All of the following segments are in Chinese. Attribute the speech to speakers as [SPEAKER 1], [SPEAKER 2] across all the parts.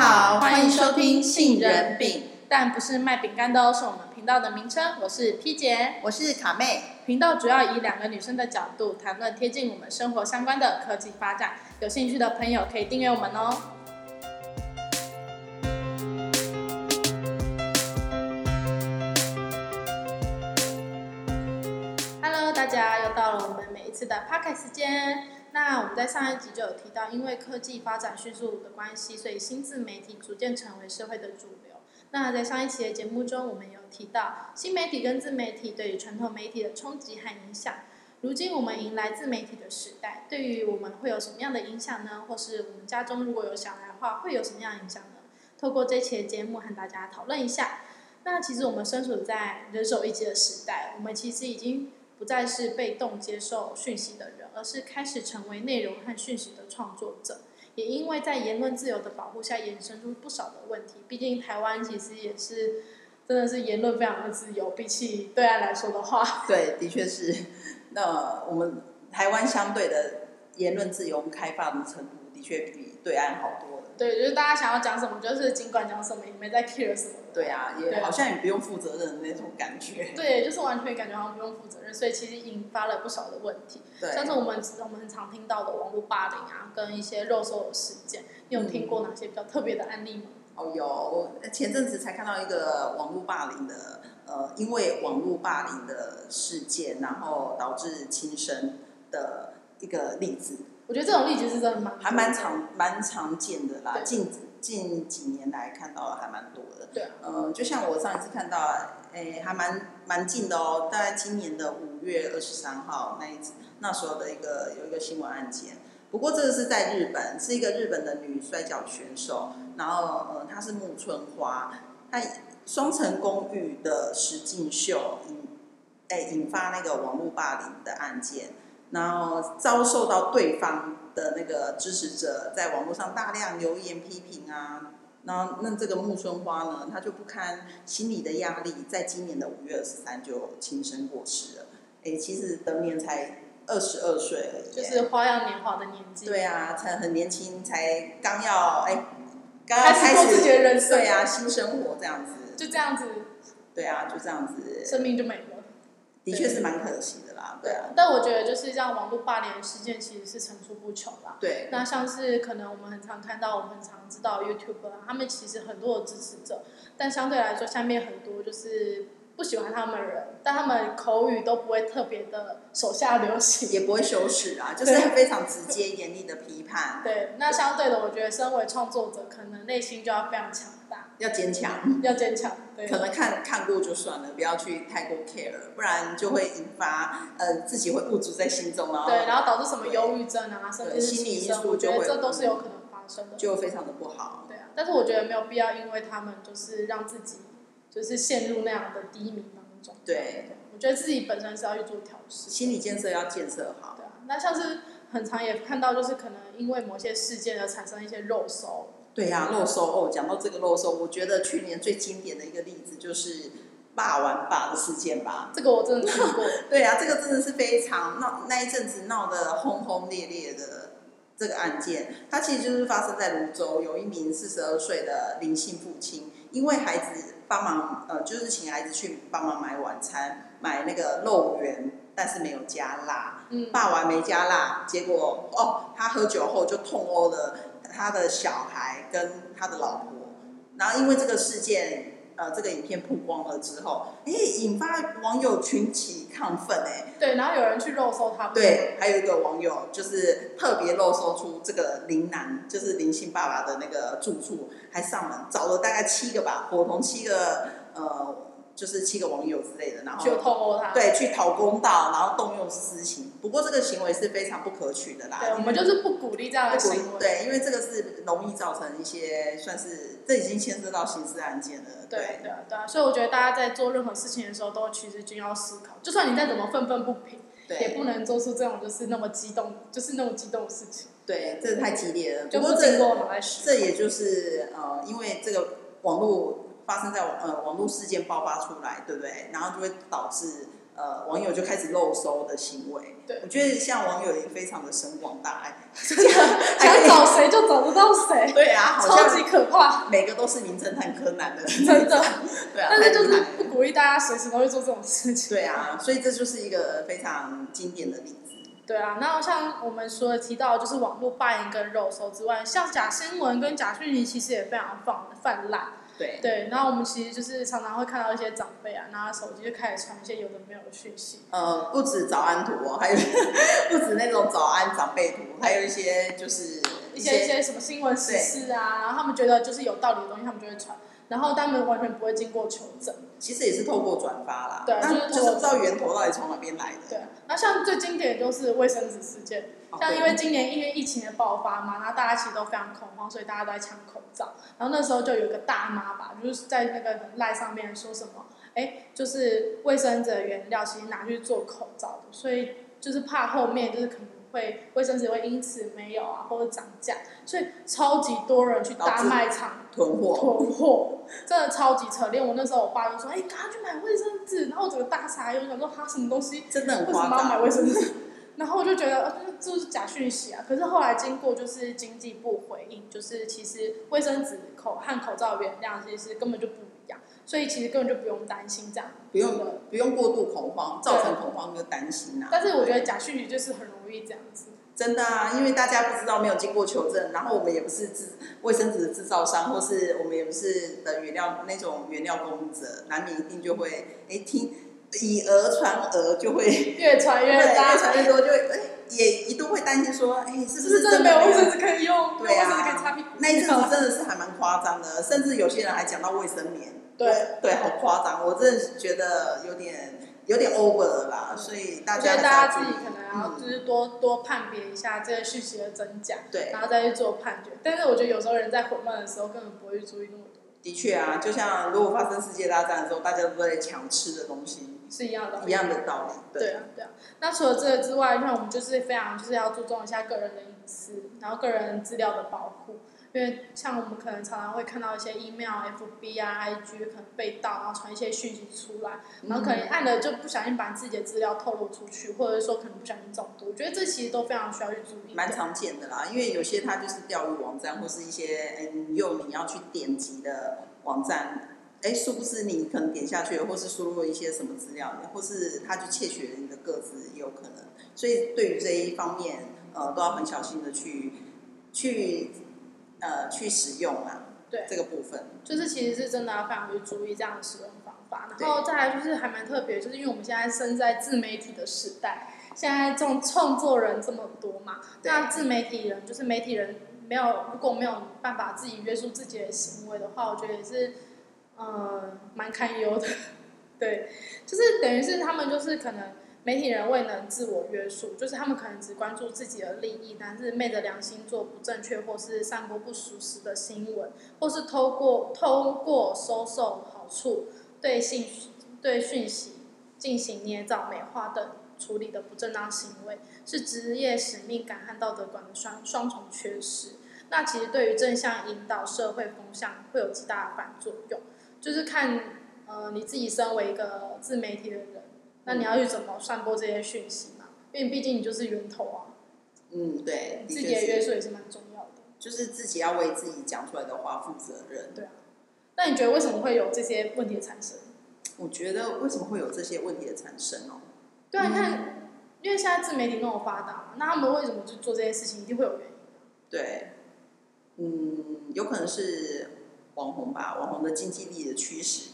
[SPEAKER 1] 好，欢迎收听杏仁饼，
[SPEAKER 2] 但不是卖饼干的哦，是我们频道的名称。我是 P 姐，
[SPEAKER 1] 我是卡妹。
[SPEAKER 2] 频道主要以两个女生的角度谈论贴近我们生活相关的科技发展。有兴趣的朋友可以订阅我们哦。Hello，大家又到了我们每一次的 p o c a s t 时间。那我们在上一集就有提到，因为科技发展迅速的关系，所以新自媒体逐渐成为社会的主流。那在上一期的节目中，我们有提到新媒体跟自媒体对于传统媒体的冲击和影响。如今我们迎来自媒体的时代，对于我们会有什么样的影响呢？或是我们家中如果有小孩的话，会有什么样的影响呢？透过这期的节目和大家讨论一下。那其实我们身处在人手一机的时代，我们其实已经不再是被动接受讯息的人，而是开始成为内容和讯息的创作者。也因为在言论自由的保护下，衍生出不少的问题。毕竟台湾其实也是真的是言论非常的自由，比起对岸来说的话，
[SPEAKER 1] 对，的确是。 那我们台湾相对的言论自由开放的程度，的确比对岸好多了。
[SPEAKER 2] 对，就是大家想要讲什么，就是尽管讲什么，也没在 care 什么。
[SPEAKER 1] 对啊，也
[SPEAKER 2] 对
[SPEAKER 1] 好像也不用负责任的那种感 觉。
[SPEAKER 2] 对，就是完全感觉好像不用负责任，所以其实引发了不少的问题，
[SPEAKER 1] 对，
[SPEAKER 2] 像是我们我们很常听到的网络霸凌啊，跟一些肉搜的事件，你有
[SPEAKER 1] 嗯
[SPEAKER 2] 听过哪些比较特别的案例吗？
[SPEAKER 1] 哦，有，我前阵子才看到一个网络霸凌的，呃，因为网络霸凌的事件，然后导致轻生的一个例子，
[SPEAKER 2] 我觉得这种例子是真的蛮
[SPEAKER 1] 还蛮常蛮常见的啦。
[SPEAKER 2] 对
[SPEAKER 1] 近近几年来看到的还蛮多的。
[SPEAKER 2] 对啊，
[SPEAKER 1] 呃，就像我上一次看到，诶、还蛮蛮近的哦，大概今年的五月二十三号那一次，那时候的一个有一个新闻案件。不过这个是在日本，是一个日本的女摔跤选手，然后呃，她是木村花，她双层公寓的实境秀引，诶、哎引发那个网络霸凌的案件，然后遭受到对方的那个支持者在网络上大量留言批评啊，然后，那这个木村花呢，她就不堪心理的压力，在今年的五月二十三就轻生过世了。诶，其实当年才二十二岁而已耶，
[SPEAKER 2] 就是花样年华的年纪，
[SPEAKER 1] 对啊，才很年轻，才刚要哎，刚要
[SPEAKER 2] 开始
[SPEAKER 1] 开
[SPEAKER 2] 过自己
[SPEAKER 1] 始
[SPEAKER 2] 的人生，
[SPEAKER 1] 对啊，新生活这样子，
[SPEAKER 2] 就这样子，
[SPEAKER 1] 对啊，就这样子，
[SPEAKER 2] 生命就没了。
[SPEAKER 1] 的确是蛮可惜的啦，对啊，
[SPEAKER 2] 但我觉得就是像网络霸凌的事件，其实是层出不穷啦。
[SPEAKER 1] 对
[SPEAKER 2] 那像是可能我们很常看到，我们很常知道 YouTube，r 他们其实很多的支持者，但相对来说，下面很多就是不喜欢他们的人，但他们口语都不会特别的手下留情。
[SPEAKER 1] 也不会羞耻啊，就是
[SPEAKER 2] 对
[SPEAKER 1] 非常直接严厉的批判，
[SPEAKER 2] 对，那相对的，我觉得身为创作者，可能内心就要非常强大，
[SPEAKER 1] 要坚强。
[SPEAKER 2] 要坚强。对，
[SPEAKER 1] 可能看看过就算了，不要去太过 care，不然就会引发呃自己会固执在心中，然后
[SPEAKER 2] 对，然后导致什么忧郁症啊，甚至是
[SPEAKER 1] 心理
[SPEAKER 2] 轻
[SPEAKER 1] 因
[SPEAKER 2] 生，
[SPEAKER 1] 素
[SPEAKER 2] 我觉
[SPEAKER 1] 就
[SPEAKER 2] 得
[SPEAKER 1] 会
[SPEAKER 2] 这都是有可能发生的。
[SPEAKER 1] 就非常的不好。
[SPEAKER 2] 对啊，但是我觉得没有必要，因为他们就是让自己就是陷入那样的低迷当中。
[SPEAKER 1] 对，
[SPEAKER 2] 我觉得自己本身是要去做调试。
[SPEAKER 1] 心理建设要建设好。
[SPEAKER 2] 对啊，那像是很常也看到，就是可能因为某些事件而产生一些肉搜。
[SPEAKER 1] 对呀、肉搜哦，讲到这个肉搜，我觉得去年最经典的一个例子就是霸王霸的事件吧。
[SPEAKER 2] 这个我真的听 过，
[SPEAKER 1] 对啊，这个真的是非常闹，那一阵子闹得轰轰烈烈的这个案件，它其实就是发生在泸州，有一名四十二岁的林姓父亲，因为孩子帮忙，呃，就是请孩子去帮忙买晚餐，买那个肉圆，但是没有加辣，
[SPEAKER 2] 嗯，
[SPEAKER 1] 霸完没加辣，结果哦，他喝酒后就痛殴了他的小孩跟他的老婆，然后因为这个事件，呃，这个影片曝光了之后，哎，引发网友群起亢奋、哎，
[SPEAKER 2] 对，然后有人去肉搜他们，
[SPEAKER 1] 对，还有一个网友就是特别漏搜出这个林南，就是林姓爸爸的那个住处，还上门找了大概七个吧，伙同七个呃，就是七个网友之类的，然后
[SPEAKER 2] 就透过他，
[SPEAKER 1] 对，去讨公道，然后动用私刑。不过这个行为是非常不可取的啦。
[SPEAKER 2] 对，我们
[SPEAKER 1] 因
[SPEAKER 2] 就
[SPEAKER 1] 为
[SPEAKER 2] 是不鼓励这样的
[SPEAKER 1] 不鼓
[SPEAKER 2] 行为，
[SPEAKER 1] 对，因为这个是容易造成一些算是这已经牵涉到刑事案件了。
[SPEAKER 2] 对对啊对啊，所以我觉得大家在做任何事情的时候，都其实均要思考，就算你再怎么愤愤不平，也
[SPEAKER 1] 对
[SPEAKER 2] 不能做出这种就是那么激动，就是那么激动的事情，
[SPEAKER 1] 对，这太激烈了。
[SPEAKER 2] 就
[SPEAKER 1] 不
[SPEAKER 2] 不
[SPEAKER 1] 过
[SPEAKER 2] 经
[SPEAKER 1] 这
[SPEAKER 2] 过我们来思考
[SPEAKER 1] 这也就是呃，因为这个网络发生在网呃网络事件爆发出来，对不对？然后就会导致。呃网友就开始漏搜的行为。
[SPEAKER 2] 对
[SPEAKER 1] 我觉得像网友也非常的神广 大爱，
[SPEAKER 2] 想找谁就找不到谁，
[SPEAKER 1] 对啊，哎好
[SPEAKER 2] 超
[SPEAKER 1] 像
[SPEAKER 2] 级
[SPEAKER 1] 嗯
[SPEAKER 2] 可 怕，
[SPEAKER 1] 每个都是名侦探柯南的，
[SPEAKER 2] 真的。
[SPEAKER 1] 对啊，
[SPEAKER 2] 但是就
[SPEAKER 1] 太厉
[SPEAKER 2] 是
[SPEAKER 1] 害了
[SPEAKER 2] 不鼓励大家随时都会做这种事情。
[SPEAKER 1] 对啊，所以这就是一个非常经典的例子。
[SPEAKER 2] 对啊，那像我们说提到就是网络霸凌跟肉搜之外，像假新闻跟假讯息其实也非常泛泛滥。
[SPEAKER 1] 对，
[SPEAKER 2] 对，然后我们其实就是常常会看到一些长辈啊，拿手机就开始传一些有的没有的讯息。
[SPEAKER 1] 呃，不止早安图哦，还有 不止那种早安长辈图，还有一些就是
[SPEAKER 2] 一些一些什么新闻时事啊，然后他们觉得就是有道理的东西，他们就会传，然后但他们完全不会经过求证。
[SPEAKER 1] 其实也是透过转发啦，
[SPEAKER 2] 对啊就是
[SPEAKER 1] 那
[SPEAKER 2] 透
[SPEAKER 1] 就
[SPEAKER 2] 过
[SPEAKER 1] 是不知道源头到底从哪边来的。
[SPEAKER 2] 对，然后像最经典的就是卫生纸事件，
[SPEAKER 1] 哦
[SPEAKER 2] 像
[SPEAKER 1] 对
[SPEAKER 2] 因为今年因为疫情的爆发嘛，然后大家其实都非常恐慌，所以大家都在抢口罩。然后那时候就有一个大妈吧，就是在那个赖上面说什么，哎，就是卫生纸的原料其实拿去做口罩的，所以就是怕后面就是可能会卫生纸会因此没有啊，或者涨价，所以超级多人去大卖场
[SPEAKER 1] 囤货，
[SPEAKER 2] 囤货，真的超级扯。连我那时候我爸就说：“哎、赶快去买卫生纸。”然后我整个大傻眼，我想说他什么东西，
[SPEAKER 1] 真的很
[SPEAKER 2] 为什
[SPEAKER 1] 夸
[SPEAKER 2] 么要买
[SPEAKER 1] 张。
[SPEAKER 2] 卫生纸？ 然后我就觉得，呃，这就是假讯息啊。可是后来经过就是经济部回应，就是其实卫生纸口和口罩原料其实根本就不一样，所以其实根本就不用担心这样。
[SPEAKER 1] 不用不用过度恐慌，造成恐慌就担心啊。
[SPEAKER 2] 但是我觉
[SPEAKER 1] 对
[SPEAKER 2] 得假讯息就是很容易这样子。
[SPEAKER 1] 真的啊，因为大家不知道，没有经过求证，然后我们也不是制卫生纸的制造商，或是我们也不是的原料那种原料供应者，难免一定就会哎听以讹传讹，就会
[SPEAKER 2] 越传
[SPEAKER 1] 对
[SPEAKER 2] 越
[SPEAKER 1] 越
[SPEAKER 2] 大，
[SPEAKER 1] 传越多，就会哎也一度会担心说，哎是不
[SPEAKER 2] 是不
[SPEAKER 1] 是
[SPEAKER 2] 是真
[SPEAKER 1] 没有
[SPEAKER 2] 的没有卫生纸可以用？没
[SPEAKER 1] 对
[SPEAKER 2] 有
[SPEAKER 1] 啊
[SPEAKER 2] 卫生纸可以擦屁股。
[SPEAKER 1] 那一阵子真的是还蛮夸张的，甚至有些人还讲到卫生棉，
[SPEAKER 2] 对
[SPEAKER 1] 对，好夸张，我真的觉得有点有点 over 了啦，所以大
[SPEAKER 2] 我
[SPEAKER 1] 家
[SPEAKER 2] 觉
[SPEAKER 1] 还
[SPEAKER 2] 得
[SPEAKER 1] 是要注
[SPEAKER 2] 大家自
[SPEAKER 1] 意
[SPEAKER 2] 己可能要就是多、多判别一下这个讯息的真假，
[SPEAKER 1] 对
[SPEAKER 2] 然后再去做判决。但是我觉得有时候人在混乱的时候根本不会注意那么多，
[SPEAKER 1] 的确啊，就像如果发生世界大战的时候，大家都在抢吃的东西，
[SPEAKER 2] 是一样的道
[SPEAKER 1] 一
[SPEAKER 2] 理。
[SPEAKER 1] 样的道理。
[SPEAKER 2] 对啊，对啊。那除了这个之外，那我们就是非常就是要注重一下个人的隐私，然后个人资料的保护。因为像我们可能常常会看到一些 email、FB 啊、IG 可能被盗，然后传一些讯息出来，然后可能按了就不小心把自己的资料透露出去，或者说可能不小心中毒。我觉得这其实都非常需要去注意的。
[SPEAKER 1] 蛮常见的啦，因为有些它就是钓鱼网站，或是一些嗯诱你要去点击的网站。哎，殊不知你可能点下去，或是输入一些什么资料，或是它就窃取了你的个资，也有可能。所以对于这一方面，呃，都要很小心的去去呃去使用啊，
[SPEAKER 2] 对
[SPEAKER 1] 这个部分。
[SPEAKER 2] 就是其实是真的要非常去注意这样的使用方法。
[SPEAKER 1] 对
[SPEAKER 2] 然后再来就是还蛮特别，就是因为我们现在身在自媒体的时代，现在这种创作人这么多嘛，
[SPEAKER 1] 对
[SPEAKER 2] 那自媒体人就是媒体人没有如果没有办法自己约束自己的行为的话，我觉得也是呃蛮堪忧的。 对，就是等于是他们就是可能。媒体人未能自我约束，就是他们可能只关注自己的利益，但是昧着良心做不正确或是散播不属实的新闻，或是透过透过收受好处对信对讯息进行捏造、美化等处理的不正当行为，是职业使命感和道德观的双双重缺失。那其实对于正向引导社会风向会有极大的反作用，就是看呃你自己身为一个自媒体的人，那你要去怎么散播这些讯息嘛？因为毕竟你就是源头啊，
[SPEAKER 1] 嗯，对，
[SPEAKER 2] 自
[SPEAKER 1] 的
[SPEAKER 2] 己
[SPEAKER 1] 确
[SPEAKER 2] 的
[SPEAKER 1] 是，
[SPEAKER 2] 约束也是蛮重要的。
[SPEAKER 1] 就是自己要为自己讲出来的话负责任。
[SPEAKER 2] 对啊，那你觉得为什么会有这些问题的产生？
[SPEAKER 1] 我觉得为什么会有这些问题的产生哦？
[SPEAKER 2] 对啊，你看，
[SPEAKER 1] 嗯
[SPEAKER 2] 因为现在自媒体那么发达嘛，那他们为什么去做这些事情，一定会有原因。
[SPEAKER 1] 对，嗯，有可能是网红吧，网红的经济力的驱使。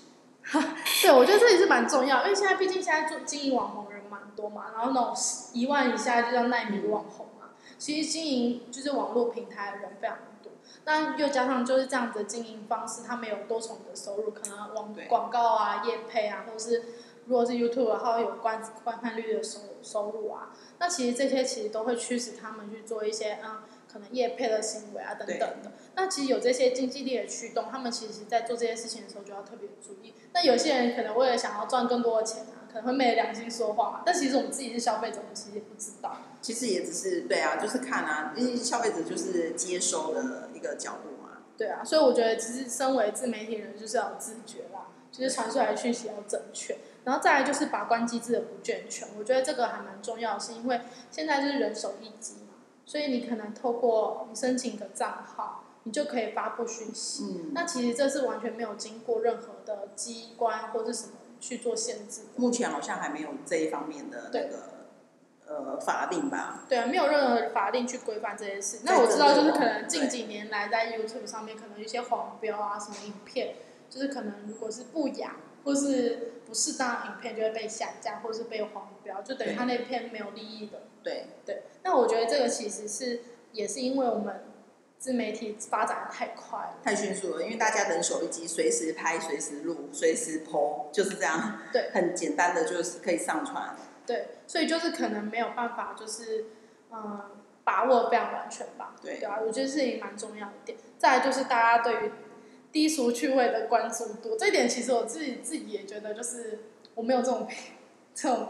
[SPEAKER 2] 对，我觉得这也是蛮重要，因为现在毕竟现在做经营网红人蛮多嘛，然后那种一万以下就叫耐米网红啊嘛，其实经营就是网络平台的人非常多，那又加上就是这样子的经营方式，他们有多重的收入，可能网
[SPEAKER 1] 对
[SPEAKER 2] 广告啊、业配啊，或者是如果是 YouTube 的话，有观观看率的收收入啊，那其实这些其实都会驱使他们去做一些嗯。可能业配的行为啊，等等的。那其实有这些经济力的驱动，他们其实在做这些事情的时候就要特别注意。那有些人可能为了想要赚更多的钱啊，可能会昧着良心说话嘛。但其实我们自己是消费者，我们其实也不知道。
[SPEAKER 1] 其实也只是对啊，就是看啊，因为消费者就是接收的一个角度嘛。
[SPEAKER 2] 对啊，所以我觉得其实身为自媒体人就是要有自觉啦，就是传出来的讯息要正确。然后再来就是把关机制的不健全，我觉得这个还蛮重要的，是因为现在就是人手一机嘛，所以你可能透过你申请个账号，你就可以发布讯息。
[SPEAKER 1] 嗯，
[SPEAKER 2] 那其实这是完全没有经过任何的机关或是什么去做限制的，
[SPEAKER 1] 目前好像还没有这一方面的那
[SPEAKER 2] 对
[SPEAKER 1] 个呃法令吧？
[SPEAKER 2] 对啊，没有任何法令去规范这件事。
[SPEAKER 1] 在
[SPEAKER 2] 那我知道，
[SPEAKER 1] 这
[SPEAKER 2] 就
[SPEAKER 1] 个
[SPEAKER 2] 是可能近
[SPEAKER 1] 对
[SPEAKER 2] 几年来在 YouTube 上面，可能有一些黄标啊什么影片，就是可能如果是不雅或是不适当的影片就会被下架，或是被黄标，就等于
[SPEAKER 1] 对
[SPEAKER 2] 他那片没有利益的。
[SPEAKER 1] 对，
[SPEAKER 2] 那我觉得这个其实是也是因为我们自媒体发展的太快了，
[SPEAKER 1] 太迅速了，因为大家人手一机，随时拍、随时录、随时 PO，就是这样。
[SPEAKER 2] 对，
[SPEAKER 1] 很简单的就是可以上传。
[SPEAKER 2] 对，所以就是可能没有办法，就是嗯把握得非常完全吧。
[SPEAKER 1] 对
[SPEAKER 2] 对啊，我觉得这也蛮重要的一点。再来就是大家对于低俗趣味的关注度，这一点其实我自己自己也觉得，就是我没有这 种这种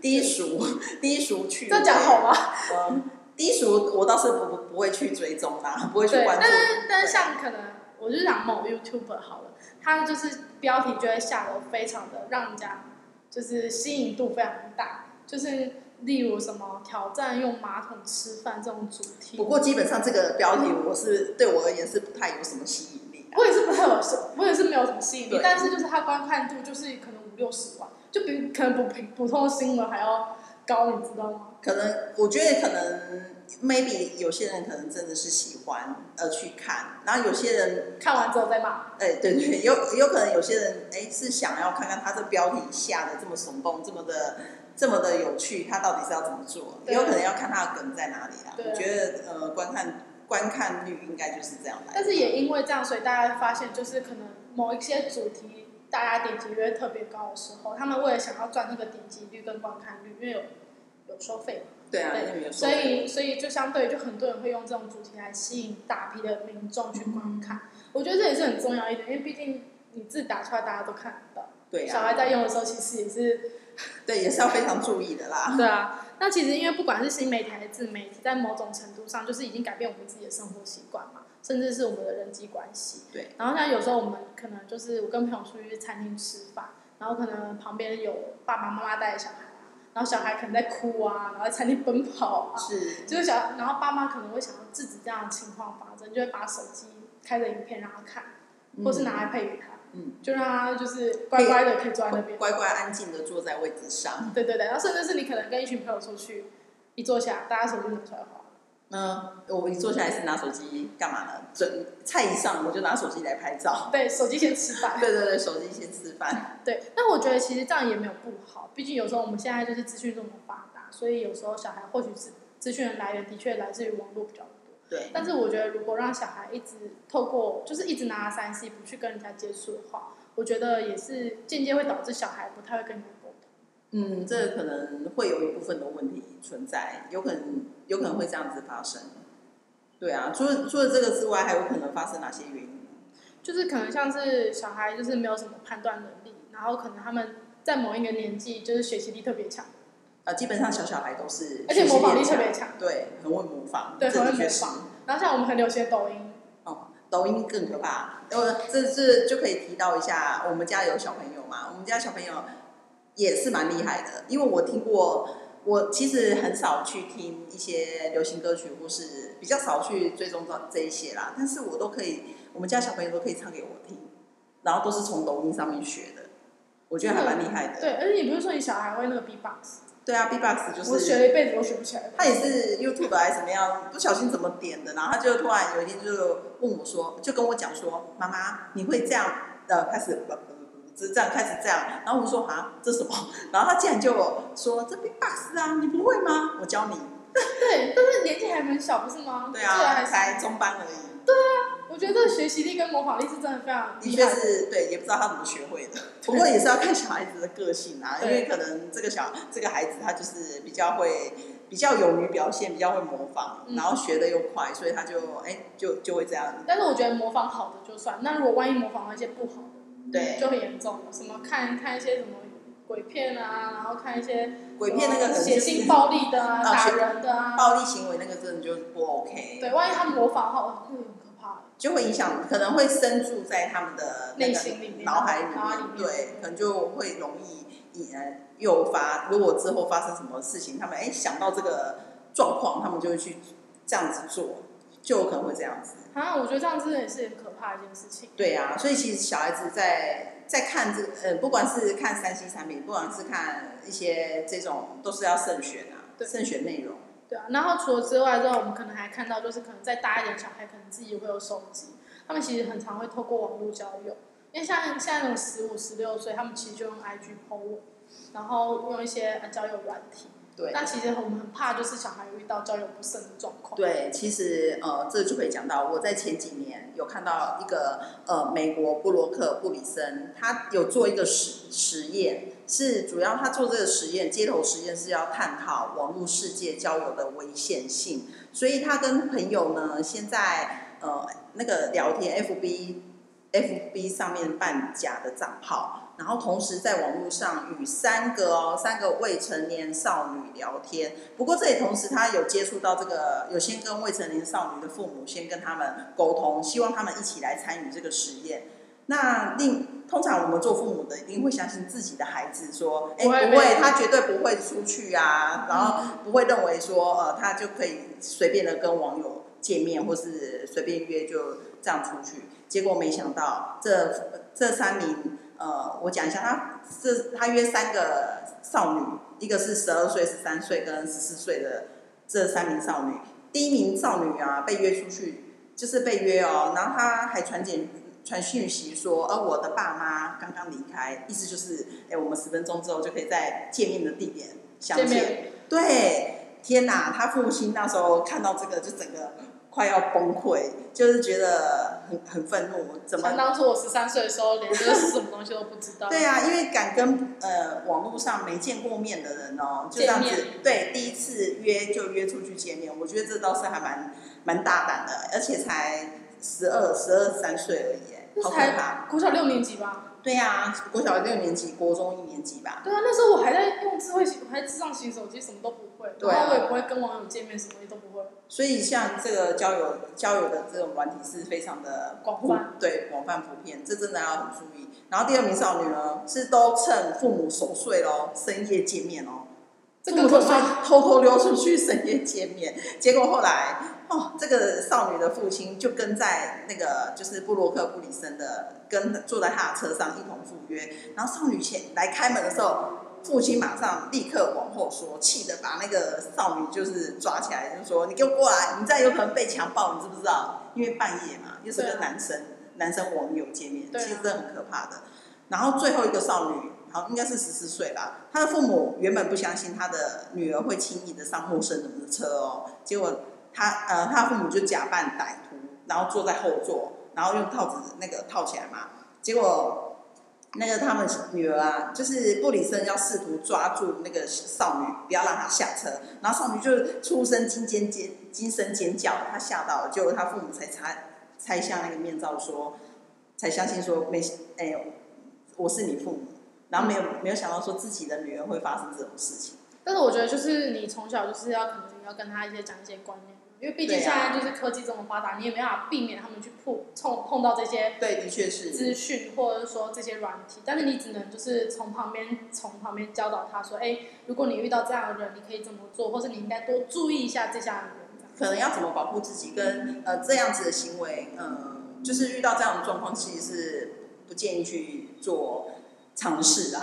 [SPEAKER 1] 低俗， 低俗去。
[SPEAKER 2] 这样讲好吗？
[SPEAKER 1] 嗯，低俗我倒是不不会去追踪啦，不会去
[SPEAKER 2] 对，
[SPEAKER 1] 关注
[SPEAKER 2] 但。是但是像可能我就讲某 YouTuber 好了，他就是标题就会下的非常的让人家就是吸引度非常大，就是例如什么挑战用马桶吃饭这种主题。
[SPEAKER 1] 不过基本上这个标题我是对我而言是不太有什么吸引力的。啊
[SPEAKER 2] 我也是不太有吸，我也是没有什么吸引力
[SPEAKER 1] 对，
[SPEAKER 2] 但是就是它观看度就是可能五六十万，就比可能比普通的新闻还要高，你知道吗？
[SPEAKER 1] 可能我觉得可能 maybe 有些人可能真的是喜欢呃去看，然后有些人
[SPEAKER 2] 看完之后再骂，
[SPEAKER 1] 哎、对对， 有有可能有些人哎、是想要看看他这标题下的这么耸动，这么的这么的有趣，他到底是要怎么做？
[SPEAKER 2] 对
[SPEAKER 1] 也有可能要看他的梗在哪里啦。
[SPEAKER 2] 对
[SPEAKER 1] 我觉得呃观看观看率应该就是这样来的。
[SPEAKER 2] 但是也因为这样，所以大家发现就是可能某一些主题大家点击率会特别高的时候，他们为了想要赚那个点击率跟观看率，因为有有收费嘛，
[SPEAKER 1] 对啊，
[SPEAKER 2] 对
[SPEAKER 1] 因为有时
[SPEAKER 2] 所
[SPEAKER 1] 候
[SPEAKER 2] 以，所以就相对就很多人会用这种主题来吸引大批的民众去观看。
[SPEAKER 1] 嗯
[SPEAKER 2] 我觉得这也是很重要一点，因为毕竟你字打出来，大家都看得到。
[SPEAKER 1] 对
[SPEAKER 2] 小
[SPEAKER 1] 啊，
[SPEAKER 2] 孩在用的时候，其实也是
[SPEAKER 1] 对也是要非常注意的啦。
[SPEAKER 2] 对啊。那其实因为不管是新媒体还是自媒体，在某种程度上就是已经改变我们自己的生活习惯嘛，甚至是我们的人际关系。
[SPEAKER 1] 对。
[SPEAKER 2] 然后像有时候我们可能就是我跟朋友出去餐厅吃饭，然后可能旁边有爸爸妈妈带着小孩啊，然后小孩可能在哭啊，然后在餐厅奔跑啊，
[SPEAKER 1] 是，
[SPEAKER 2] 就是想，然后爸妈可能会想要制止这样的情况发生，就会把手机开着影片让他看，或是拿来配给他，
[SPEAKER 1] 嗯，
[SPEAKER 2] 就让他就是乖乖的可以坐在那边。
[SPEAKER 1] 乖乖安静的坐在位置上。
[SPEAKER 2] 对对对，然后甚至是你可能跟一群朋友出去，一坐下，大家手机拿出来划。
[SPEAKER 1] 那我一坐下来是拿手机干嘛呢？准菜一上我就拿手机来拍照。
[SPEAKER 2] 对，手机先吃饭。
[SPEAKER 1] 对对对，手机先吃饭。
[SPEAKER 2] 对，那我觉得其实这样也没有不好，毕竟有时候我们现在就是资讯这么发达，所以有时候小孩或许是资讯的来源的确来自于网络比较多。
[SPEAKER 1] 对，
[SPEAKER 2] 但是我觉得，如果让小孩一直透过，就是一直拿三 C 不去跟人家接触的话，我觉得也是间接会导致小孩不太会跟人家沟通。
[SPEAKER 1] 嗯，这可能会有一部分的问题存在，有可能有可能会这样子发生。对啊，除了除了这个之外，还有可能发生哪些原因？
[SPEAKER 2] 就是可能像是小孩就是没有什么判断能力，然后可能他们在某一个年纪就是学习力特别强，
[SPEAKER 1] 呃，基本上小小孩都是，
[SPEAKER 2] 而且模仿力特别强，
[SPEAKER 1] 对，很会模仿，
[SPEAKER 2] 对，
[SPEAKER 1] 这
[SPEAKER 2] 很会
[SPEAKER 1] 的
[SPEAKER 2] 模
[SPEAKER 1] 确是。
[SPEAKER 2] 仿。然后像我们很流行的抖音，
[SPEAKER 1] 哦，抖音更可怕。呃，这这就可以提到一下，我们家有小朋友嘛，我们家小朋友也是蛮厉害的，因为我听过，我其实很少去听一些流行歌曲，或是比较少去追踪到这一些啦，但是我都可以，我们家小朋友都可以唱给我听，然后都是从抖音上面学的，我觉得还蛮厉害的。
[SPEAKER 2] 对，而且你不是说你小孩会那个 B-box，
[SPEAKER 1] 对啊，B-box 就
[SPEAKER 2] 我学
[SPEAKER 1] 是。
[SPEAKER 2] 了一辈子都学不起来。
[SPEAKER 1] 他也是 YouTube 还是怎么样，不小心怎么点的，然后他就突然有一天就问我说，就跟我讲说，妈妈，你会这样呃开始呃只是这样开始这样，然后我说啊这什么， 然后他竟然就说这 Big Box 啊，你不会吗？我教你。
[SPEAKER 2] 对，但是年纪还很小，不是吗？
[SPEAKER 1] 对
[SPEAKER 2] 这
[SPEAKER 1] 啊，
[SPEAKER 2] 还
[SPEAKER 1] 才中班而已，
[SPEAKER 2] 我觉得这个学习力跟模仿力是真的非常
[SPEAKER 1] 的
[SPEAKER 2] 厉
[SPEAKER 1] 确
[SPEAKER 2] 害。
[SPEAKER 1] 是对，也不知道他怎么学会的。不过也是要看小孩子的个性啊，因
[SPEAKER 2] 对
[SPEAKER 1] 为可能这个小这个孩子他就是比较会。比较勇于表现，比较会模仿，
[SPEAKER 2] 嗯
[SPEAKER 1] 然后学的又快，所以他就哎、就就会这样
[SPEAKER 2] 但是我觉得模仿好的就算，那如果万一模仿到一些不好的，
[SPEAKER 1] 对，
[SPEAKER 2] 就很严重了。什么看看一些什么鬼片啊，然后看一些呃
[SPEAKER 1] 鬼片那个可能
[SPEAKER 2] 血
[SPEAKER 1] 就
[SPEAKER 2] 腥
[SPEAKER 1] 是
[SPEAKER 2] 暴力的
[SPEAKER 1] 啊
[SPEAKER 2] 啊，打人的啊，
[SPEAKER 1] 暴力行为那个真的就不 OK。
[SPEAKER 2] 对，万一他模仿的话，哇那个很可怕。
[SPEAKER 1] 就会影响，可能会深住在他们的那
[SPEAKER 2] 内
[SPEAKER 1] 个
[SPEAKER 2] 心里面啊
[SPEAKER 1] 脑海里
[SPEAKER 2] 脑海里面
[SPEAKER 1] 对，可能就会容易引来诱发。如果之后发生什么事情，他们哎想到这个状况，他们就会去这样子做，就有可能会这样子。
[SPEAKER 2] 啊，我觉得这样真的也是很可怕的一件事情。
[SPEAKER 1] 对啊，所以其实小孩子在在看这个，呃，不管是看三 C 产品，不管是看一些这种，都是要慎选啊，
[SPEAKER 2] 对
[SPEAKER 1] 慎选内容。
[SPEAKER 2] 对啊，然后除了之外之后，我们可能还看到，就是可能再大一点的小孩，可能自己会有手机，他们其实很常会透过网络交友，因为像现在那种十五、十六岁，他们其实就用 IG PO 文，然后用一些呃交友软体。
[SPEAKER 1] 对
[SPEAKER 2] 那其实我们很怕，就是小孩遇到交友不慎的状况。
[SPEAKER 1] 对，其实呃，这就可以讲到，我在前几年有看到一个呃，美国布洛克布里森，他有做一个实实验，是主要他做这个实验，街头实验是要探讨网络世界交友的危险性，所以他跟朋友呢，现在呃那个聊天 FB。FB 上面办假的账号，然后同时在网络上与三个哦三个未成年少女聊天，不过这也同时他有接触到这个，有先跟未成年少女的父母先跟他们沟通，希望他们一起来参与这个实验。那另通常我们做父母的一定会相信自己的孩子说，哎、
[SPEAKER 2] 不会
[SPEAKER 1] 不
[SPEAKER 2] 没
[SPEAKER 1] 会，
[SPEAKER 2] 有嗯
[SPEAKER 1] 他绝对不会出去啊，然后不会认为说呃他就可以随便的跟网友见面，或是随便约就这样出去。结果没想到这这三名呃，我讲一下，他这他约三个少女，一个是十二岁、十三岁跟十四岁的这三名少女。第一名少女啊，被约出去，就是被约哦，然后她还传简传讯息说，呃，我的爸妈刚刚离开，意思就是，哎，我们十分钟之后就可以在见面的地点相
[SPEAKER 2] 见
[SPEAKER 1] 见。
[SPEAKER 2] 面
[SPEAKER 1] 对，天哪，他父亲那时候看到这个，就整个快要崩溃，就是觉得很很愤怒，怎么
[SPEAKER 2] 想当初我十三岁的时候，连这个是什么东西都不知道。
[SPEAKER 1] 对啊，因为敢跟呃网络上没见过面的人哦、就这样子
[SPEAKER 2] 见面，
[SPEAKER 1] 对，第一次约就约出去见面，我觉得这倒是还蛮蛮大胆的，而且才十二、十二三岁而已耶，
[SPEAKER 2] 那
[SPEAKER 1] 好可怕。
[SPEAKER 2] 才国小六年级吧？
[SPEAKER 1] 对啊，国小六年级、国中一年级吧。
[SPEAKER 2] 对啊，那时候我还在用智慧型，我还智障型手机，什么都不会，
[SPEAKER 1] 对啊
[SPEAKER 2] 然后我也不会跟网友见面，什么东西都不会。
[SPEAKER 1] 所以像这个交友交友的这种软体是非常的
[SPEAKER 2] 广
[SPEAKER 1] 普
[SPEAKER 2] 泛，
[SPEAKER 1] 对广泛普遍，这真的要很注意。然后第二名少女呢，是都趁父母熟睡咯，深夜见面哦。
[SPEAKER 2] 这
[SPEAKER 1] 父母
[SPEAKER 2] 更
[SPEAKER 1] 就
[SPEAKER 2] 可
[SPEAKER 1] 说
[SPEAKER 2] 怕。
[SPEAKER 1] 偷偷溜出去深夜见面，结果后来哦，这个少女的父亲就跟在那个就是布洛克布里森的跟坐在他的车上一同赴约，然后少女前来开门的时候，父亲马上立刻往后缩，气得把那个少女就是抓起来，就说你给我过来，你再有可能被强暴，你知不知道？因为半夜嘛，又是
[SPEAKER 2] 对啊
[SPEAKER 1] 跟男生、男生网友见面，
[SPEAKER 2] 对啊
[SPEAKER 1] 其实这很可怕的。然后最后一个少女，好应该是十四岁吧，她的父母原本不相信她的女儿会轻易的上陌生人的车哦，结果她呃她父母就假扮歹徒，然后坐在后座，然后用套子那个套起来嘛，结果那个他们女儿啊，就是布里森要试图抓住那个少女，不要让她下车，然后少女就出声惊尖尖惊声尖叫，她吓到了，结果她父母才拆拆下那个面罩说，才相信说没哎、我是你父母，然后没有没有想到说自己的女儿会发生这种事情，
[SPEAKER 2] 但是我觉得就是你从小就是要可能要跟他一些讲一些观念，因为毕竟
[SPEAKER 1] 对
[SPEAKER 2] 现
[SPEAKER 1] 啊
[SPEAKER 2] 在就是科技这么发达，你也没办法避免他们去碰碰碰到这些
[SPEAKER 1] 对，的确是，
[SPEAKER 2] 资讯或者说这些软体，但是你只能就是从旁边从旁边教导他说，哎、如果你遇到这样的人，你可以怎么做，或者你应该多注意一下这样的人。这样
[SPEAKER 1] 可能要怎么保护自己跟呃这样子的行为，嗯，就是遇到这样的状况，其实是不建议去做尝试的。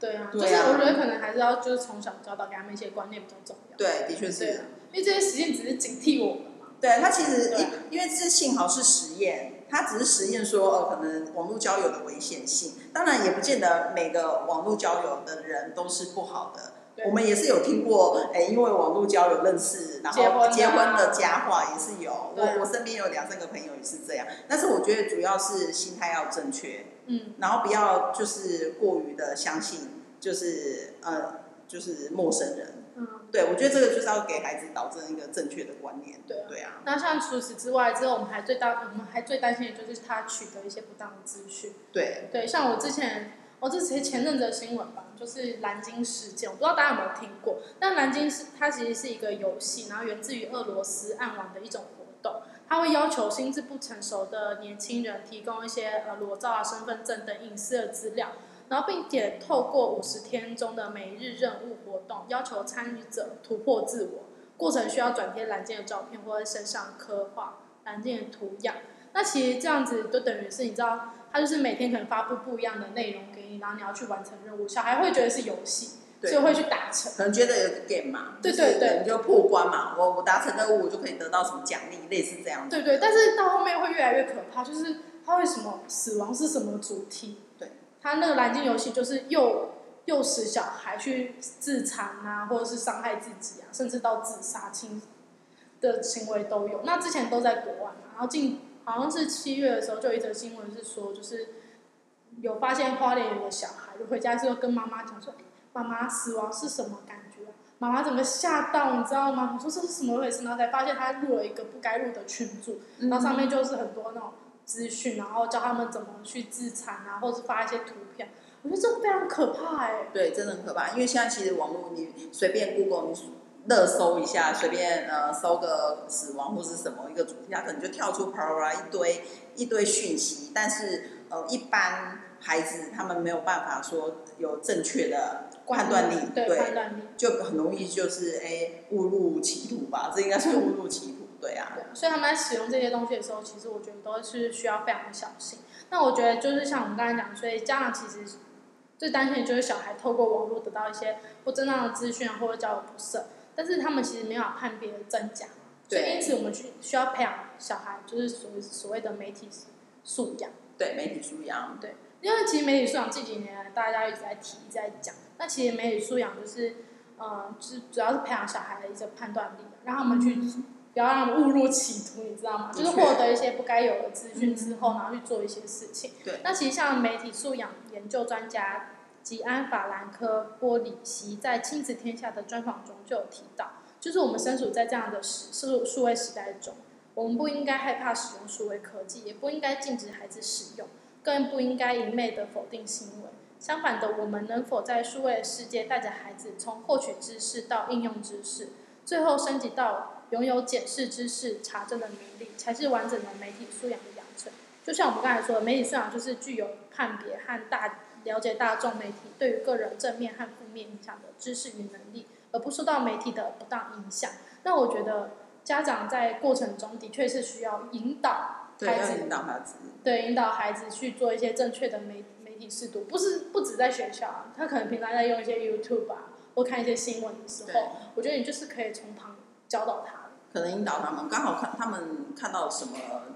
[SPEAKER 2] 对啊，
[SPEAKER 1] 对啊
[SPEAKER 2] 就是我觉得可能还是要就是从小教导给他们一些观念比较重要，
[SPEAKER 1] 对，的确是。啊
[SPEAKER 2] 对因为这些实验只是警惕我们嘛。
[SPEAKER 1] 对，它其实
[SPEAKER 2] 对
[SPEAKER 1] 因因为这幸好是实验，它只是实验说哦，可能网络交友的危险性。当然也不见得每个网络交友的人都是不好的。
[SPEAKER 2] 对
[SPEAKER 1] 我们也是有听过，哎，因为网络交友认识，然
[SPEAKER 2] 结婚
[SPEAKER 1] 后
[SPEAKER 2] 啊
[SPEAKER 1] 结婚的佳话也是有。
[SPEAKER 2] 对
[SPEAKER 1] 我我身边有两三个朋友也是这样，但是我觉得主要是心态要正确，
[SPEAKER 2] 嗯，
[SPEAKER 1] 然后不要就是过于的相信，就是呃，就是陌生人。
[SPEAKER 2] 嗯，
[SPEAKER 1] 对，我觉得这个就是要给孩子导正一个正确的观念。
[SPEAKER 2] 对啊
[SPEAKER 1] 对啊。
[SPEAKER 2] 那像除此之外之后，我们还最大，我们还最担心的就是他取得一些不当的资讯。
[SPEAKER 1] 对，
[SPEAKER 2] 对，像我之前，哦，这是前阵子的新闻吧，就是蓝鲸事件，我不知道大家有没有听过。但蓝鲸是它其实是一个游戏，然后源自于俄罗斯暗网的一种活动，它会要求心智不成熟的年轻人提供一些呃裸照啊、身份证等隐私的资料，然后并且透过五十天中的每日任务活动，要求参与者突破自我。过程需要转贴蓝鲸的照片或者身上刻画蓝鲸的图样。那其实这样子就等于是你知道，它就是每天可能发布不一样的内容给你，然后你要去完成任务。小孩会觉得是游戏，所以
[SPEAKER 1] 对，
[SPEAKER 2] 会去达成。
[SPEAKER 1] 可能觉得有个 game 嘛，
[SPEAKER 2] 对
[SPEAKER 1] 就是
[SPEAKER 2] 对对
[SPEAKER 1] 你就破关嘛，我我达成任务，我就可以得到什么奖励，类似这样子。
[SPEAKER 2] 对对，但是到后面会越来越可怕，就是它会什么死亡是什么主题？
[SPEAKER 1] 对，
[SPEAKER 2] 它那个蓝鲸游戏就是诱诱使小孩去自残啊，或者是伤害自己啊，甚至到自杀轻的行为都有。那之前都在国外嘛，然后近好像是七月的时候，就有一则新闻是说，就是有发现花莲有个小孩，就回家之后跟妈妈讲说：“哎妈妈，死亡是什么感觉啊？”妈妈整个吓到，你知道吗？我说这是什么回事？然后才发现他入了一个不该入的群组，
[SPEAKER 1] 嗯
[SPEAKER 2] 然后上面就是很多那种资讯，然后教他们怎么去自残啊，或者是发一些图片。我觉得这非常可怕哎、
[SPEAKER 1] 对，真的很可怕。因为现在其实网络，你随便 Google，你热搜一下，随便呃搜个死亡或是什么一个主题，它可能就跳出 p r a 一堆一堆讯息。但是呃，一般孩子他们没有办法说有正确的判断力，
[SPEAKER 2] 对判断力，
[SPEAKER 1] 就很容易就是哎误入歧途吧，这应该算误入歧途，对啊，
[SPEAKER 2] 对，所以他们在使用这些东西的时候，其实我觉得都是需要非常的小心。那我觉得就是像我们刚才讲，所以家长其实最担心的就是小孩透过网络得到一些不正当的资讯啊或者交友不慎，但是他们其实没法判别真假，所以
[SPEAKER 1] 对
[SPEAKER 2] 因此我们去需要培养小孩就是所谓所谓的媒体素养。
[SPEAKER 1] 对媒体素养，
[SPEAKER 2] 因为其实媒体素养这几年来大家一直在提、一直在讲，那其实媒体素养就是，呃，就是主要是培养小孩的一些判断力，让他们去不要让他们误入歧途，你知道吗？
[SPEAKER 1] 的
[SPEAKER 2] 就
[SPEAKER 1] 确
[SPEAKER 2] 是获得一些不该有的资讯之后，然后去做一些事情。
[SPEAKER 1] 对
[SPEAKER 2] 那其实像媒体素养研究专家吉安法兰科波里希在《亲子天下》的专访中就有提到，就是我们身处在这样的时数数位时代中，我们不应该害怕使用数位科技，也不应该禁止孩子使用，更不应该一昧的否定行为。相反的，我们能否在数位的世界带着孩子从获取知识到应用知识，最后升级到拥有检视知识、查证的能力，才是完整的媒体素养的养成。就像我们刚才说的，媒体素养就是具有判别和大了解大众媒体对于个人正面和负面影响的知识与能力，而不受到媒体的不当影响。那我觉得家长在过程中的确是需要引导
[SPEAKER 1] 对，
[SPEAKER 2] 孩
[SPEAKER 1] 要
[SPEAKER 2] 子
[SPEAKER 1] 引导孩子，
[SPEAKER 2] 对，引导孩子去做一些正确的媒媒体试读，不是不止在学校啊，他可能平常在用一些 YouTube 啊，或看一些新闻的时
[SPEAKER 1] 对
[SPEAKER 2] 候，我觉得你就是可以从旁教导他。
[SPEAKER 1] 可能引导他们，刚好看他们看到什么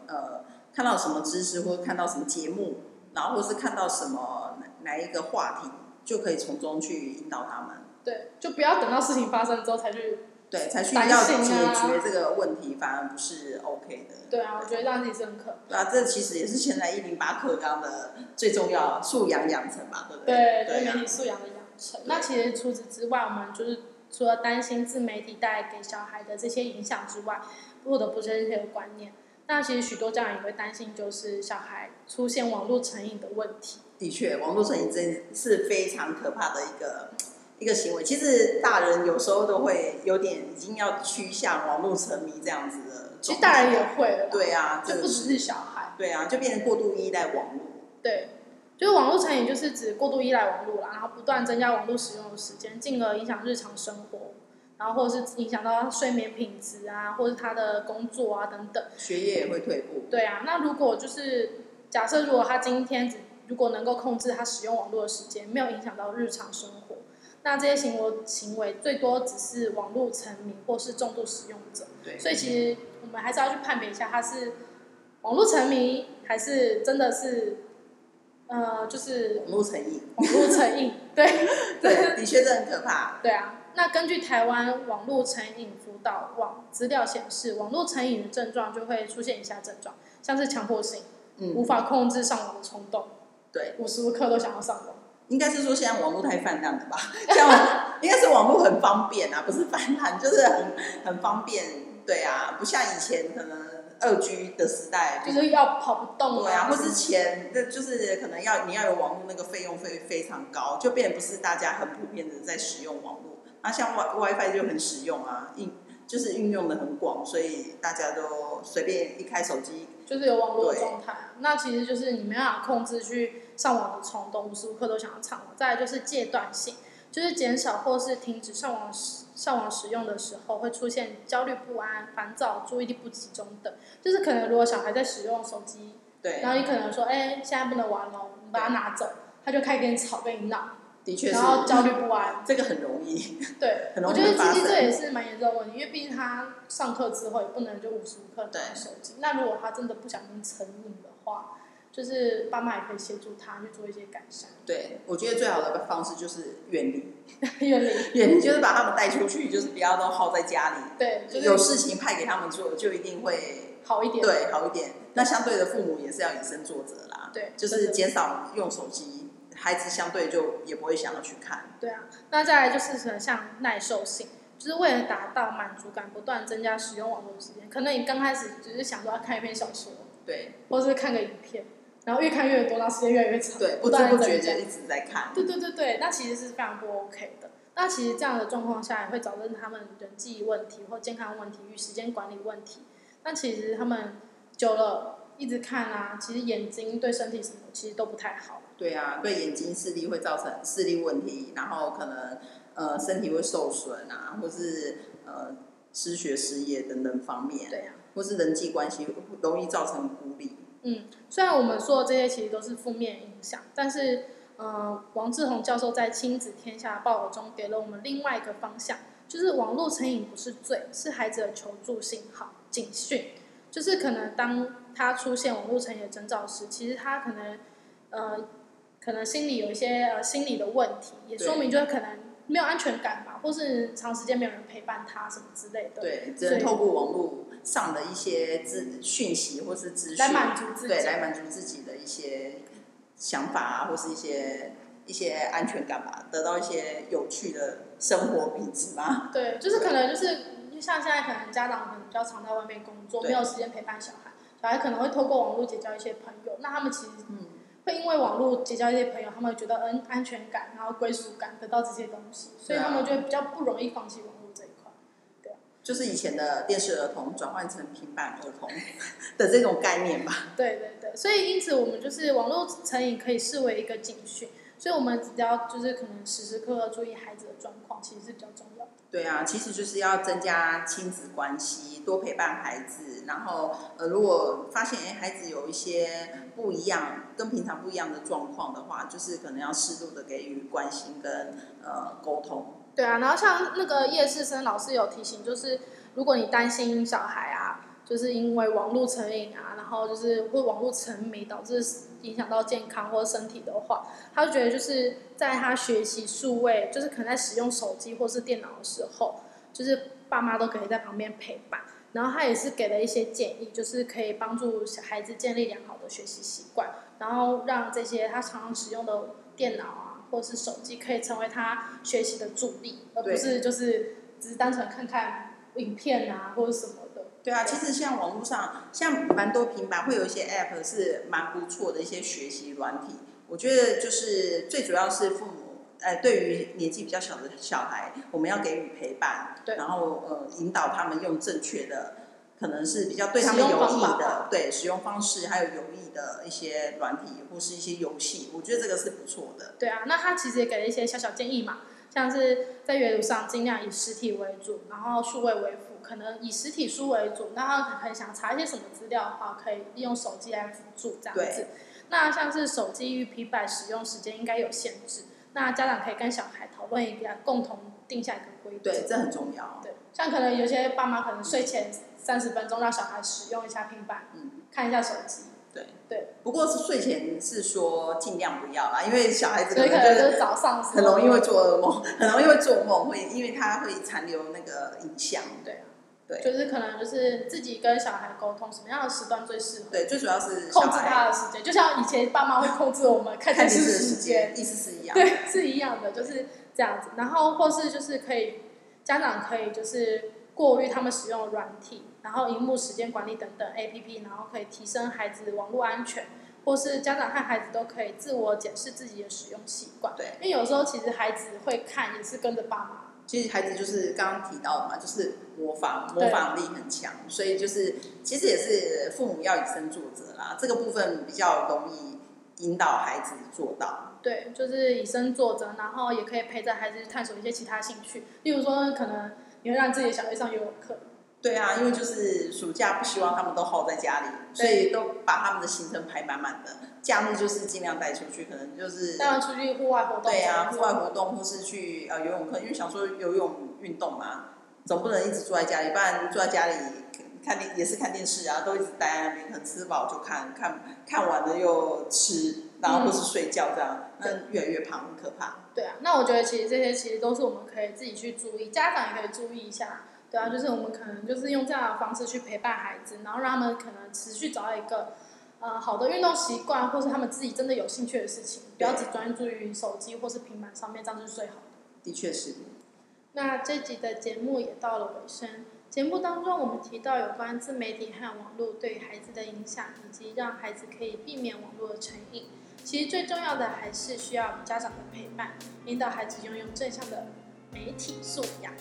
[SPEAKER 1] 呃，看到什么知识，或者看到什么节目，然后或是看到什么哪哪一个话题，就可以从中去引导他们，
[SPEAKER 2] 对，就不要等到事情发生之后才去。
[SPEAKER 1] 对，才去
[SPEAKER 2] 反
[SPEAKER 1] 要
[SPEAKER 2] 省
[SPEAKER 1] 解
[SPEAKER 2] 啊
[SPEAKER 1] 决这个问题，反而不是 OK 的。
[SPEAKER 2] 对啊，我觉得让自己是很可怕。
[SPEAKER 1] 对啊，这其实也是现在一零八课纲的最重要素养养成吧，对不
[SPEAKER 2] 对，
[SPEAKER 1] 对
[SPEAKER 2] 对
[SPEAKER 1] 啊
[SPEAKER 2] 媒体素养的养成。那其实除此之外，我们就是除了担心自媒体带给小孩的这些影响之外，不得不正确的观念。那其实许多家长也会担心，就是小孩出现网络成瘾的问题。
[SPEAKER 1] 的确，网络成瘾真是非常可怕的一个一个行为。其实大人有时候都会有点已经要趋向网络沉迷这样子的状态。
[SPEAKER 2] 其实大人也会了啦，
[SPEAKER 1] 对啊，
[SPEAKER 2] 就
[SPEAKER 1] 这
[SPEAKER 2] 不
[SPEAKER 1] 个
[SPEAKER 2] 只是小孩，
[SPEAKER 1] 对啊，就变成过度依赖网络。
[SPEAKER 2] 对，就是网络成瘾，就是指过度依赖网络啦，然后不断增加网络使用的时间，进而影响日常生活，然后或者是影响到睡眠品质啊，或者他的工作啊等等。
[SPEAKER 1] 学业也会退步。
[SPEAKER 2] 对啊，那如果就是假设，如果他今天只如果能够控制他使用网络的时间，没有影响到日常生活，那这些行为行为最多只是网络沉迷或是重度使用者。
[SPEAKER 1] 对
[SPEAKER 2] 所以其实我们还是要去判别一下，他是网络沉迷还是真的是呃，就是
[SPEAKER 1] 网络成瘾，
[SPEAKER 2] 网络 成瘾。 对
[SPEAKER 1] 对，的确这很可怕。嗯
[SPEAKER 2] 对啊。那根据台湾网络成瘾辅导网资料显示，网络成瘾的症状就会出现以下症状，像是强迫性。
[SPEAKER 1] 嗯，
[SPEAKER 2] 无法控制上网的冲动，
[SPEAKER 1] 对，
[SPEAKER 2] 无时无刻都想要上网。
[SPEAKER 1] 应该是说现在网络太泛滥了吧？ 像应该是网络很方便啊，不是泛滥，就是很很方便。对啊，不像以前可能二 G 的时代，
[SPEAKER 2] 就是要跑不动
[SPEAKER 1] 对啊，或
[SPEAKER 2] 是
[SPEAKER 1] 是钱，这就是可能要你要有网络那个费用会非常高，就变成不是大家很普遍的在使用网络。那像 Wi WiFi 就很实用啊，硬就是运用的很广，所以大家都随便一开手机，
[SPEAKER 2] 就是有网络的状态啊。那其实就是你没办法控制去上网的冲动，无时无刻都想要上网。再来就是戒断性，就是减少或是停止上网时上网使用的时候，会出现焦虑不安、烦躁、注意力不集中等。就是可能如果小孩在使用手机，
[SPEAKER 1] 对
[SPEAKER 2] 然，后你可能说，哎、现在不能玩喽，你把它拿走，他就开始跟你吵、跟你闹，
[SPEAKER 1] 的确是
[SPEAKER 2] 然，后焦虑不安。
[SPEAKER 1] 这个很容易，
[SPEAKER 2] 对，
[SPEAKER 1] 很容
[SPEAKER 2] 我
[SPEAKER 1] 易
[SPEAKER 2] 觉得
[SPEAKER 1] 发
[SPEAKER 2] 其实
[SPEAKER 1] 生
[SPEAKER 2] 这也是蛮严重的问题，因为毕竟他上课之后也不能就无时无刻拿
[SPEAKER 1] 对
[SPEAKER 2] 手机。那如果他真的不小心成瘾的话，就是爸妈也可以协助他去做一些改善，
[SPEAKER 1] 对，我觉得最好的方式就是远离，
[SPEAKER 2] 远离。
[SPEAKER 1] 远离就是把他们带出去，就是不要都耗在家里，
[SPEAKER 2] 对，就
[SPEAKER 1] 有
[SPEAKER 2] 是
[SPEAKER 1] 事情派给他们做，就一定会
[SPEAKER 2] 好一点。
[SPEAKER 1] 对好一点。那相对的，父母也是要以身作则啦，
[SPEAKER 2] 对，
[SPEAKER 1] 就是减少用手机，孩子相对就也不会想要去看。
[SPEAKER 2] 对啊，那再来就是可能像耐受性，就是为了达到满足感，不断增加使用网络的时间。可能你刚开始只是想说要看一篇小说，
[SPEAKER 1] 对
[SPEAKER 2] 或是看个影片，然后越看越多，那时间越来越长，
[SPEAKER 1] 对，不
[SPEAKER 2] 不
[SPEAKER 1] 知
[SPEAKER 2] 断地
[SPEAKER 1] 不觉
[SPEAKER 2] 增加
[SPEAKER 1] 就一直在看。啊
[SPEAKER 2] 对对对对，那其实是非常不 OK 的。那其实这样的状况下，也会导致他们人际问题或健康问题与时间管理问题。那其实他们久了一直看啊，其实眼睛对身体什么其实都不太好。
[SPEAKER 1] 对啊，对眼睛视力会造成视力问题，然后可能呃身体会受损啊，或是呃失学、失业等等方面，
[SPEAKER 2] 对啊，
[SPEAKER 1] 或是人际关系容易造成孤立。
[SPEAKER 2] 嗯，虽然我们说的这些其实都是负面影响，但是，呃，王志宏教授在《亲子天下》报道中给了我们另外一个方向，就是网络成瘾不是罪，是孩子的求助信号警讯，就是可能当他出现网络成瘾的征兆时，其实他可能，呃，可能心里有一些呃心理的问题，也说明就是可能没有安全感吧，或是长时间没有人陪伴他什么之类的，
[SPEAKER 1] 对，只能
[SPEAKER 2] 所以
[SPEAKER 1] 透过网络上的一些资讯息或是资讯
[SPEAKER 2] 来，满足自己。
[SPEAKER 1] 对，来满足自己的一些想法啊，或是一些一些安全感吧，得到一些有趣的生活品质吧。
[SPEAKER 2] 对，就是可能就是像现在可能家长可能比较常在外面工作，
[SPEAKER 1] 对
[SPEAKER 2] 没有时间陪伴小孩，小孩可能会透过网络结交一些朋友，那他们其实
[SPEAKER 1] 嗯
[SPEAKER 2] 会因为网络结交一些朋友，他们会觉得嗯安全感，然后归属感得到这些东西，所
[SPEAKER 1] 对
[SPEAKER 2] 以
[SPEAKER 1] 啊
[SPEAKER 2] 他们就会比较不容易放弃网络这一块。
[SPEAKER 1] 就是以前的电视儿童转换成平板儿童的这种概念吧。
[SPEAKER 2] 对对对，所以因此我们就是网络成瘾可以视为一个警讯，所以我们只要就是可能时时刻刻注意孩子的状况，其实是比较重要的。
[SPEAKER 1] 对啊，其实就是要增加亲子关系，多陪伴孩子。然后，呃，如果发现哎孩子有一些不一样，跟平常不一样的状况的话，就是可能要适度的给予关心跟呃沟通。
[SPEAKER 2] 对啊，然后像那个叶世生老师有提醒，就是如果你担心小孩啊，就是因为网络成瘾啊，然后就是会网络沉迷导致影响到健康或身体的话，他就觉得就是在他学习数位，就是可能在使用手机或是电脑的时候，就是爸妈都可以在旁边陪伴。然后他也是给了一些建议，就是可以帮助小孩子建立良好的学习习惯，然后让这些他常常使用的电脑啊，或是手机，可以成为他学习的助力，而不
[SPEAKER 1] 对
[SPEAKER 2] 是就是只是单纯看看影片啊或者什么的。
[SPEAKER 1] 对啊，其实像网络上，像蛮多平板会有一些 App 是蛮不错的一些学习软体。我觉得就是最主要是父母，呃，对于年纪比较小的小孩，我们要给予陪伴，
[SPEAKER 2] 对
[SPEAKER 1] 然后呃引导他们用正确的，可能是比较对他们
[SPEAKER 2] 使用
[SPEAKER 1] 有
[SPEAKER 2] 方
[SPEAKER 1] 益
[SPEAKER 2] 法
[SPEAKER 1] 的，对使用方式还有有益的一些软体或是一些游戏，我觉得这个是不错的。
[SPEAKER 2] 对啊，那他其实也给了一些小小建议嘛，像是在阅读上尽量以实体为主，然后数位为辅，可能以实体书为主。那他很想查一些什么资料的话，可以利用手机来辅助这样子
[SPEAKER 1] 对。
[SPEAKER 2] 那像是手机与平板使用时间应该有限制，那家长可以跟小孩讨论一下，共同定下一个规则。
[SPEAKER 1] 对，这很重要。
[SPEAKER 2] 对，像可能有些爸妈可能睡前三十分钟让小孩使用一下平板，
[SPEAKER 1] 嗯，
[SPEAKER 2] 看一下手机，
[SPEAKER 1] 不过是睡前是说尽量不要啦，因为小孩子
[SPEAKER 2] 所以
[SPEAKER 1] 可
[SPEAKER 2] 可
[SPEAKER 1] 能
[SPEAKER 2] 能
[SPEAKER 1] 就是
[SPEAKER 2] 就是早上的时候
[SPEAKER 1] 很容易会做噩梦， 很容易会做梦，会因为它会残留那个影像。
[SPEAKER 2] 对啊，
[SPEAKER 1] 对
[SPEAKER 2] 就是可能就是自己跟小孩沟通什么样的时段最适合，
[SPEAKER 1] 对，最主要是小
[SPEAKER 2] 控制
[SPEAKER 1] 孩
[SPEAKER 2] 他的时间，就像以前爸妈会控制我们看
[SPEAKER 1] 看
[SPEAKER 2] 电
[SPEAKER 1] 电视
[SPEAKER 2] 视
[SPEAKER 1] 的
[SPEAKER 2] 时
[SPEAKER 1] 时
[SPEAKER 2] 间，
[SPEAKER 1] 间，意思是一样。
[SPEAKER 2] 对，是一样的，就是这样子。然后或是就是可以，家长可以就是过滤他们使用的软体，然后荧幕时间管理等等 APP，然后可以提升孩子网络安全，或是家长和孩子都可以自我检视自己的使用习惯。
[SPEAKER 1] 对
[SPEAKER 2] 因为有时候其实孩子会看也是跟着爸妈，
[SPEAKER 1] 其实孩子就是刚刚提到的嘛，就是模仿
[SPEAKER 2] 对
[SPEAKER 1] 模仿力很强，所以就是其实也是父母要以身作则啦，这个部分比较容易引导孩子做到。
[SPEAKER 2] 对，就是以身作则，然后也可以陪着孩子探索一些其他兴趣，例如说，可能你会让自己的小孩上游泳课，
[SPEAKER 1] 对啊，因为就是暑假不希望他们都耗在家里，所以都把他们的行程排满满的。假日就是尽量带出去，可能就是
[SPEAKER 2] 带他出去户外活动，
[SPEAKER 1] 对啊，户外活动或是去呃游泳课，因为想说游泳运动嘛，总不能一直坐在家里，不然坐在家里看电也是看电视啊，都一直待在那边，可能吃饱就看看看完了又吃，然后或是睡觉这样，那越来越胖，很可怕。
[SPEAKER 2] 对啊，那我觉得其实这些其实都是我们可以自己去注意，家长也可以注意一下。对啊，就是我们可能就是用这样的方式去陪伴孩子，然后让他们可能持续找到一个呃好的运动习惯，或是他们自己真的有兴趣的事情，不要只专注于手机或是平板上面，这样就是最好的。
[SPEAKER 1] 的确是，
[SPEAKER 2] 那这集的节目也到了尾声。节目当中，我们提到有关自媒体和网络对孩子的影响，以及让孩子可以避免网络的成瘾。其实最重要的还是需要家长的陪伴，引导孩子拥有正向的媒体素养。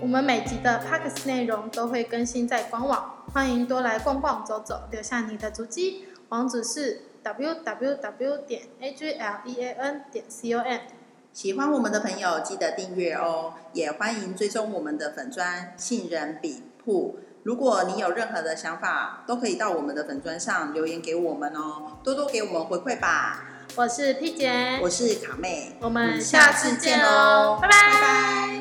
[SPEAKER 2] 我们每集的 p o d c a s 内容都会更新在官网，欢迎多来逛逛走走，留下你的足迹。网址是 www 点 aglean e 点 com。
[SPEAKER 1] 喜欢我们的朋友记得订阅哦，也欢迎追踪我们的粉砖杏仁饼铺。如果你有任何的想法，都可以到我们的粉砖上留言给我们哦，多多给我们回馈吧。
[SPEAKER 2] 我是 P 姐，
[SPEAKER 1] 我是卡妹，
[SPEAKER 2] 我们
[SPEAKER 1] 嗯
[SPEAKER 2] 下
[SPEAKER 1] 下
[SPEAKER 2] 次
[SPEAKER 1] 次
[SPEAKER 2] 见
[SPEAKER 1] 见喽，
[SPEAKER 2] 哦拜拜
[SPEAKER 1] 拜拜